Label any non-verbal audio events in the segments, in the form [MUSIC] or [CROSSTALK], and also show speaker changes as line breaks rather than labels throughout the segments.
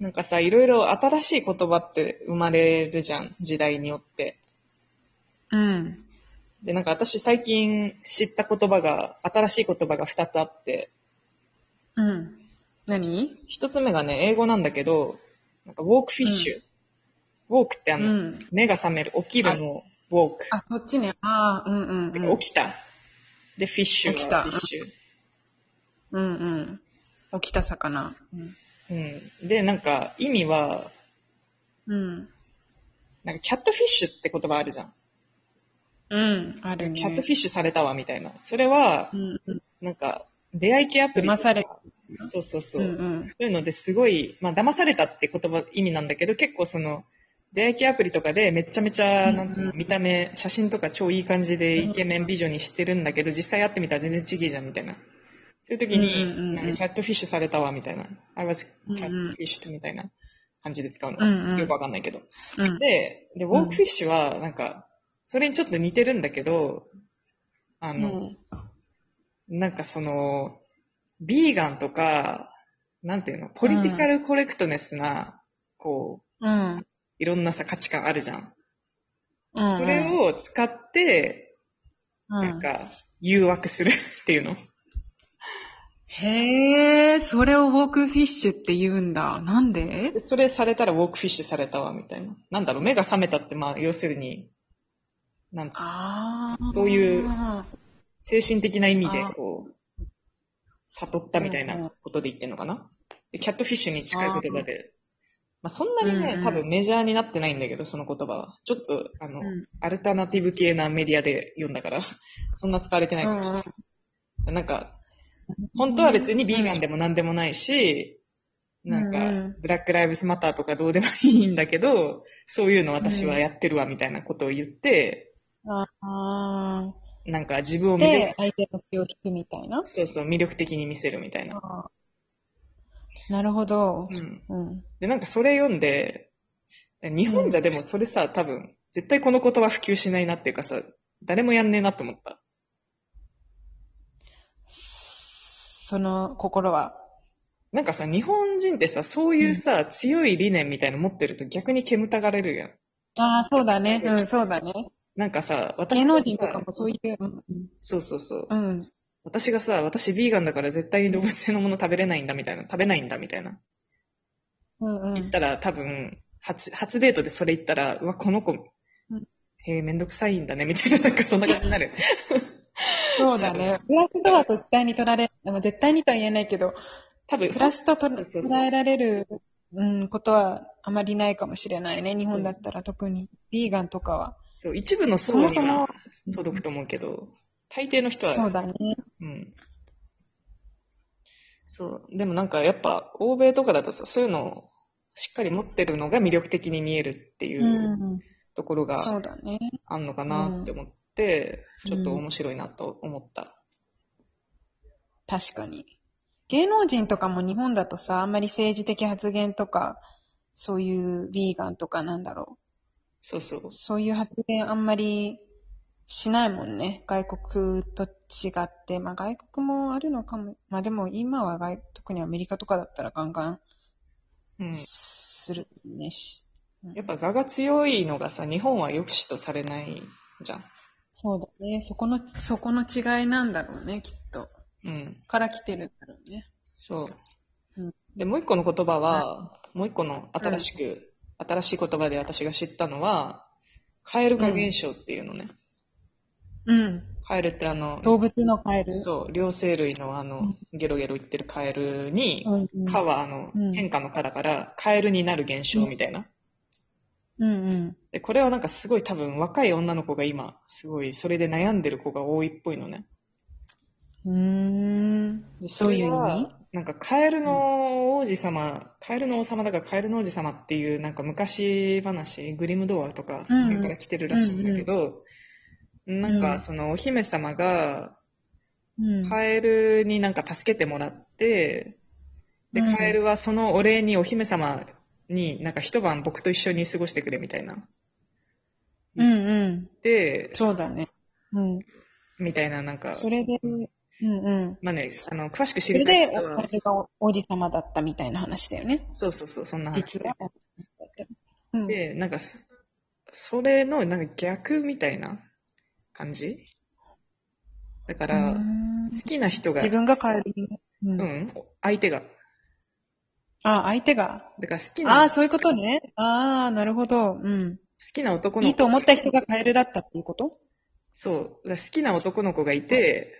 なんかさ、いろいろ新しい言葉って生まれるじゃん、時代によって。
うん。
で、なんか私最近知った言葉が、新しい言葉が2つあって、
うん。何
1つ目がね、英語なんだけど、なんかウォークフィッシュ。ウォークってあ
う
の、
ん。
目が覚める、起きるのウォーク。
あ、そっちね。ああ、うんうん、
て
う
か
ん。
起きた。で、フィッシュ
起き
は
た
フィッシュ。
うんうん。起きた魚。うん。
うん。で、なんか意味は、
うん。
なんかキャットフィッシュって言葉あるじゃん。
うん。あるね。
キャットフィッシュされたわ、みたいな。それは、
うんうん。
なんか、出会い系アプリとか。
騙され
そうそうそうう。
んうん。
そういうのですごい、まあ、騙されたって言葉、意味なんだけど、結構その、出会い系アプリとかでめちゃめちゃ、
うん
なんつうの、見た目、写真とか超いい感じでイケメン美女にしてるんだけど、実際会ってみたら全然違えじゃん、みたいな。そういう時に、
うんうんうんうん
なんかキャットフィッシュされたわ、みたいな。I was
うんうん
catfished みたいな感じで使うの。
うんうん
よくわかんないけど。
うん。
で、で、ウォークフィッシュは、なんか、それにちょっと似てるんだけど、あの、なんかその、ビーガンとか、なんていうの、ポリティカルコレクトネスな、こう、
うん。
いろんなさ、価値観あるじゃん。
うん。
それを使って、
うん、
なんか、誘惑する [LAUGHS] っていうの。
へえ、それをウォークフィッシュって言うんだ。なんで
でそれされたらウォークフィッシュされたわ、みたいな。なんだろう、目が覚めたって、まあ、要するに、なんつうの
ああ。
そういう
うん
精神的な意味で
あ、
こう、悟ったみたいなことで言ってんのかな。で、キャットフィッシュに近い言葉で、まあ、そんなにね、
うんうん
多分メジャーになってないんだけど、その言葉は。ちょっと、あの、
うん
アルタナティブ系なメディアで読んだから、 [LAUGHS] そんな使われてないかもしれないなんか、本当は別にビーガンでも何でもないし、なん
うんう
か
ん、
ブラックライブスマターとかどうでもいいんだけど、そういうの私はやってるわみたいなことを言って、
ああ。
なんか自分を魅
で
力、、
相手の気を引くみたいな。
そうそう、魅力的に見せるみたいな。
あーなるほど
う。ん。
うん。
で、なんかそれ読んで、日本じゃでもそれさ、多分、絶対この言葉普及しないなっていうかさ、誰もやんねえなって思った。
その心は。
なんかさ、日本人ってさ、そういうさ、強い理念みたいの持ってると逆に煙たがれるやん。
ああ、そうだね。うん、そうだね。
なんかさ、私
芸
が
能
さ
人とかもそういう。うん
そうそうそう。
うん。うん。
私がさ、私ビーガンだから絶対に動物性のもの食べれないんだみたいな、食べないんだみたいな。
うんう
言
ん
ったら多分、初、初デートでそれ言ったら、うわ、この子
うん、
へえ、めんどくさいんだね、みたいな、なんかそんな感じになる。
そうだね。プラスとは絶対に取られ、まあ絶対にとは言えないけど、
多分、
[LAUGHS] プラスと取ら
そうそうそう
捉えられる、うん、ことはあまりないかもしれないね。日本だったら特に、ビーガンとかは。
そう、一部の層に
そも
は届くと思うけど、大抵の人は、
そうだね。。
うん。そう。でもなんかやっぱ、欧米とかだとさ、そういうのをしっかり持ってるのが魅力的に見えるっていうううんところが
そうだね。
あんのかなって思って、
うん
ちょっと面白いなと思った。
確かに。芸能人とかも日本だとさ、あんまり政治的発言とか、そういうビーガンとかなんだろ
そうそう
う。。そういう発言あんまりしないもんね。外国と違って。まあ外国もあるのかも。まあでも今は外、特にアメリカとかだったらガンガン
うん。
するねし。
やっぱ我が強いのがさ、日本は抑止とされないじゃん。
そうだね。そこの、そこの違いなんだろうね、きっと。
うん。
から来てるんだろうね。
そう
うん。
で、もう一個の言葉は、もう一個の新しく、新しい言葉で私が知ったのは、カエル化現象っていうのね。
うん。
カエルってあの、
動物のカエル。
そう、両生類のあ
う
の
ん、
ゲロゲロ言ってるカエルに、
うんうん。
蚊はあの
う、ん
変化の蚊だから、カエルになる現象みたいな。
うんうん。
で、これはなんかすごい多分若い女の子が今、すごいそれで悩んでる子が多いっぽいのね。
うーん。
で、
そうい
それ
う意味
はなんかカエルの王子様、カエルの王様だからカエルの王子様っていうなんか昔話、グリム童話とか、その辺から来てるらしいんだけど、なん
う
か
ん
そのお姫様が、
うん。
カエルになんか助けてもらって、で、
うん
カエルはそのお礼にお姫様になんか一晩僕と一緒に過ごしてくれみたいな。
うんうん。
で、
そうだね。うん。
みたいななんか、
それで、うんうん。
まあね、あの、詳しく知
そ
り
れ
たい
で、
人
お
は、
金が王子様だったみたいな話だよね。
そうそうそう、そんな話
実
で
は。。うん、
で、なんかそ、それの、なんか逆みたいな感じだから、
う
好
ん
きな人が、
自分が変える。う。
うんん、相手が。
あ、相手が。
だから好き
あ
な、
あ、
好
そういうことね。ああ、なるほど。うん。
きな男の子。
いいと思った人がカエルだったっていうこと
そう。だから好きな男の子がいて、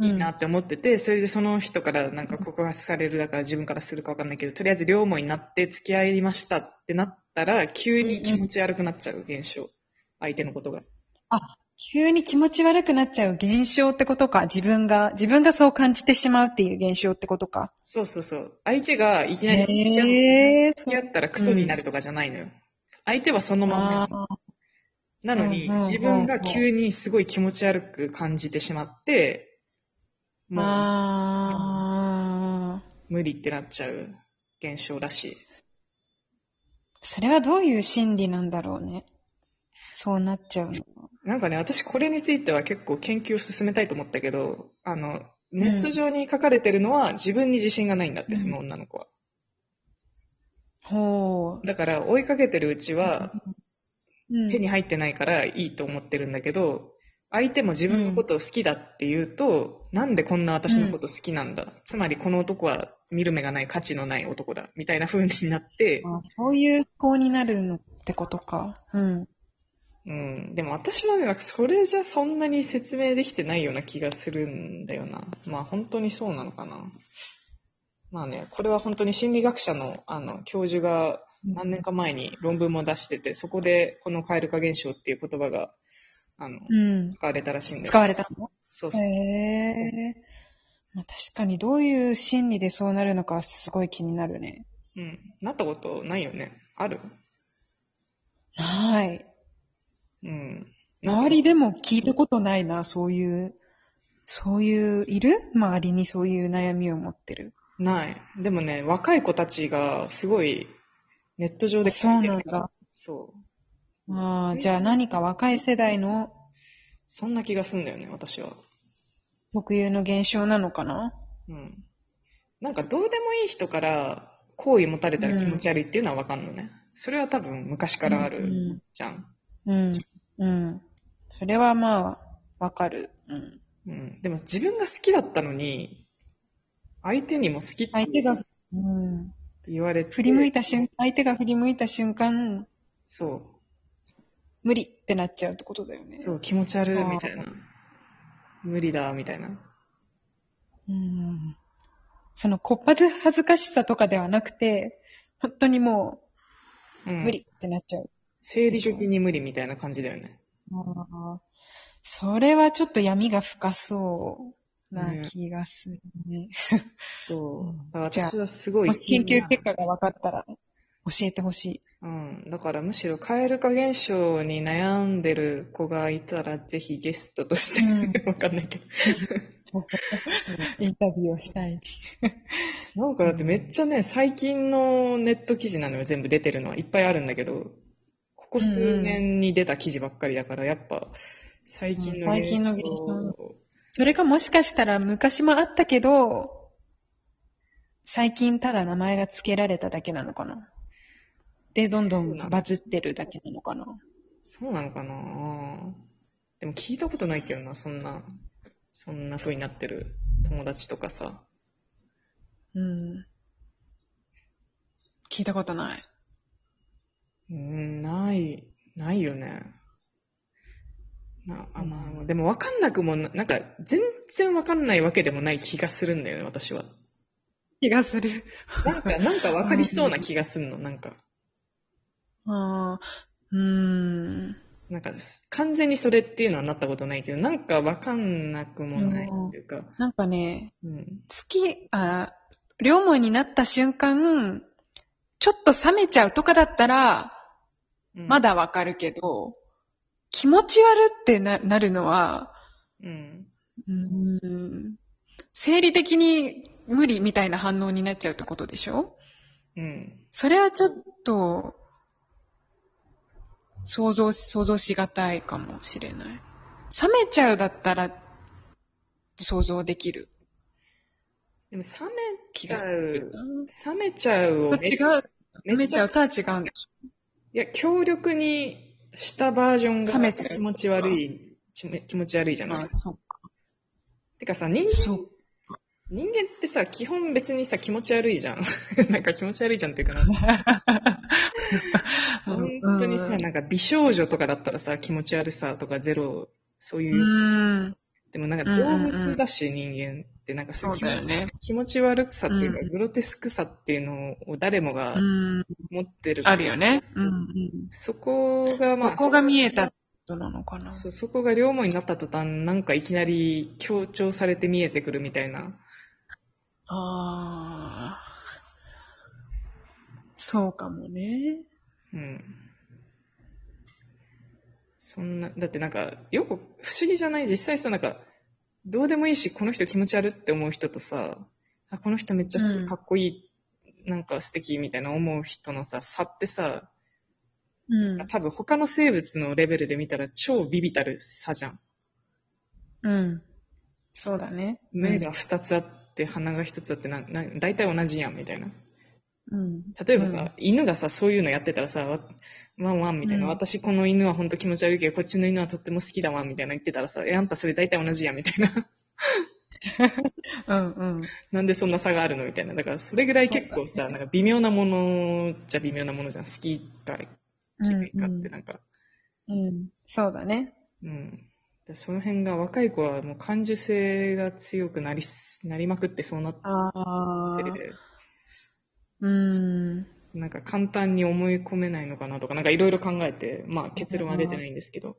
いいなって思ってて、それでその人からなんか告白されるだから自分からするかわかんないけど、とりあえず両思いになって付き合いましたってなったら、急に気持ち悪くなっちゃう現象。相手のことが。
急に気持ち悪くなっちゃう現象ってことか。自分が、自分がそう感じてしまうっていう現象ってことか。
そうそうそう。相手がいきなり付き合う
ええ
付き合ったらクソになるとかじゃないのよ。相手はそのまんま
あ
なの。なのに、
うんうんうんうん
自分が急にすごい気持ち悪く感じてしまって、
ー
も
あー。
う無理ってなっちゃう現象らしい。
それはどういう心理なんだろうね。そうなっちゃうの。
なんかね、私これについては結構研究を進めたいと思ったけど、あの、ネット上に書かれてるのは自分に自信がないんだって、
うん
その女の子は。
ほ
だから追いかけてるうちは
う。うん
手に入ってないからいいと思ってるんだけど、相手も自分のことを好きだって言うと、なんでこんな私のこと好きなんだ、つまりこの男は見る目がない価値のない男だ、みたいな風になって、
あそういう思考になるのってことか。うん。
うん、でも私はね、なんかそれじゃそんなに説明できてないような気がするんだよな。まあ本当にそうなのかな。まあね、これは本当に心理学者のあの教授が何年か前に論文も出してて、そこでこの蛙化現象っていう言葉があの、
うん。
使われたらしいんだよ。
使われたの
そう
へ
そう。
え。まあ、確かにどういう心理でそうなるのかはすごい気になるね。
うん。なったことないよね。ある
はい。
うん。
周りでも聞いたことないな、そういう。そういう、いる周りにそういう悩みを持ってる。
ない。でもね、若い子たちがすごいネット上で
そう
て
なん
るから
だ。
そう。
ああ、じゃあ何か若い世代の
そんな気がすんだよね、私は。
特有の現象なのかな
うん。なんかどうでもいい人から好意持たれたら気持ち悪いっていうのはわかんのね。それは多分昔からあ
う
る
ん。
じゃん。
うん。うん。それはまあ、わかる。うん。
うん。でも自分が好きだったのに、相手にも好きっ
相手
て
が、うん。
言われて。
振り向いた瞬、相手が振り向いた瞬間、
そ
無理ってなっちゃうってことだよ
う。
ね。
そう、気持ち悪いみたいな。無理だ、みたいな。
うんその、こっぱず恥ずかしさとかではなくて、本当にも
う
う、
ん。
無理。ってなっちゃう。
生理的に無理みたいな感じだよね。
あーそれはちょっと闇が深そう
ね
な気がするね。。
そううんだから私はすごい
まあ研
気に
究
なる
結果が分かったら教えてほ
[LAUGHS]
しい。
うん。だからむしろ蛙化現象に悩んでる子がいたら、ぜひゲストとして、 [LAUGHS] わかんないけど。
インタビューをしたい。
なんかだってめっちゃね、最近のネット記事なのよ、全部出てるのは。いっぱいあるんだけど、ここ数年に出た記事ばっかりだから、やっぱ、最近の
うん最近の
現象を
それかもしかしたら昔もあったけど、最近ただ名前が付けられただけなのかな。で、どん
そ
ど
うなんだ
んバズってるだけなのかな。
そうなのかなでも聞いたことないけどな、そんな、そんな風になってる友達とかさ。
うん。聞いたことない。
うん、ない、ないよね。な、あ、まあ、でも分かんなくもな、なんか、全然分かんないわけでもない気がするんだよね、私は。
気がする。
なん [LAUGHS] か、なんか分かりそうな気がするの、なんか。
ああ、うーん。
なんか、完全にそれっていうのはなったことないけど、なんか分かんなくもないっていうか、
なんかね、
うん。
好き、あー両思いになった瞬間、ちょっと冷めちゃうとかだったら、
うん
ま、だわかるけど、気持ち悪ってななるのは、
うん。
うーん、生理的に無理みたいな反応になっちゃうってことでしょ
うん。
それはちょっと、想像、想像しがたいかもしれない。冷めちゃうだったら、想像できる。
でも、冷
気
めち
がす
ゃう。。
る
冷めちゃうを
と
め
違う。
め
め
っ
ち
ち
ゃ
ゃ、
う
い
とは違うんだ。
や、強力にしたバージョン
冷
が
めちゃう
気持ち悪い、ちも気持ち悪いじゃ
ま
ない
あ、そうか。
てかさ、人間、
そう。
人間ってさ、基本別にさ、気持ち悪いじゃん。 [LAUGHS] なんか気持ち悪いじゃんっていうかな。本当にさ、なんか美少女とかだったらさ、気持ち悪さとかゼロ、そう
う
いう要素
ん。
でもなん
う
か
んうん
動
うん
物だし、人間ってなんかそういう気
そうだよ
持ち,、
ね
気持ち悪さっていうか、
うん
グロテスクさっていうのを誰もが
うん。
持ってる、
あるよ。ね。うんうん。
そこがまあ、
そこが見えたことなのかな。
そうそこが両思いになった途端、なんかいきなり強調されて見えてくるみたいな。
ああ。そうかもね。
うん。そんな、だってなんか、よく不思議じゃない実際さ、なんか、どうでもいいし、この人気持ち悪って思う人とさ、あ、この人めっちゃ好き、
うん
かっこいい、なんか素敵みたいな思う人のさ、差ってさ、
うん。
多分他の生物のレベルで見たら超ビビたる差じゃん。
うん。そうだね。
目が二つあって、鼻が一つあってな、な、大体同じやん、みたいな。
うん。
例えばさ、犬がさ、そういうのやってたらさ、わワンワンみたいな、
うん
私この犬は本当気持ち悪いけど、こっちの犬はとっても好きだわ、みたいな言ってたらさ、え、あんたそれ大体同じやん、みたいな。 [LAUGHS]
うん。うんうん。
なんでそんな差があるのみたいな。だからそれぐらい結構さ、なんか微妙なものじゃ微妙なものじゃん。好きか嫌いかってなんか。
うん。そうだね。
うん。でその辺が若い子はもう感受性が強くなりす、なりまくってそうなっ
ああ
て。る。
うん。
なんか簡単に思い込めないのかなとか、なんかいろいろ考えて、まあ結論は出てないんですけど。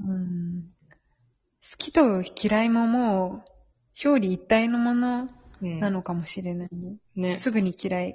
うん。好きと嫌いももう、表裏一体のもの
うん。
なのかもしれないね。
ね。
すぐに嫌い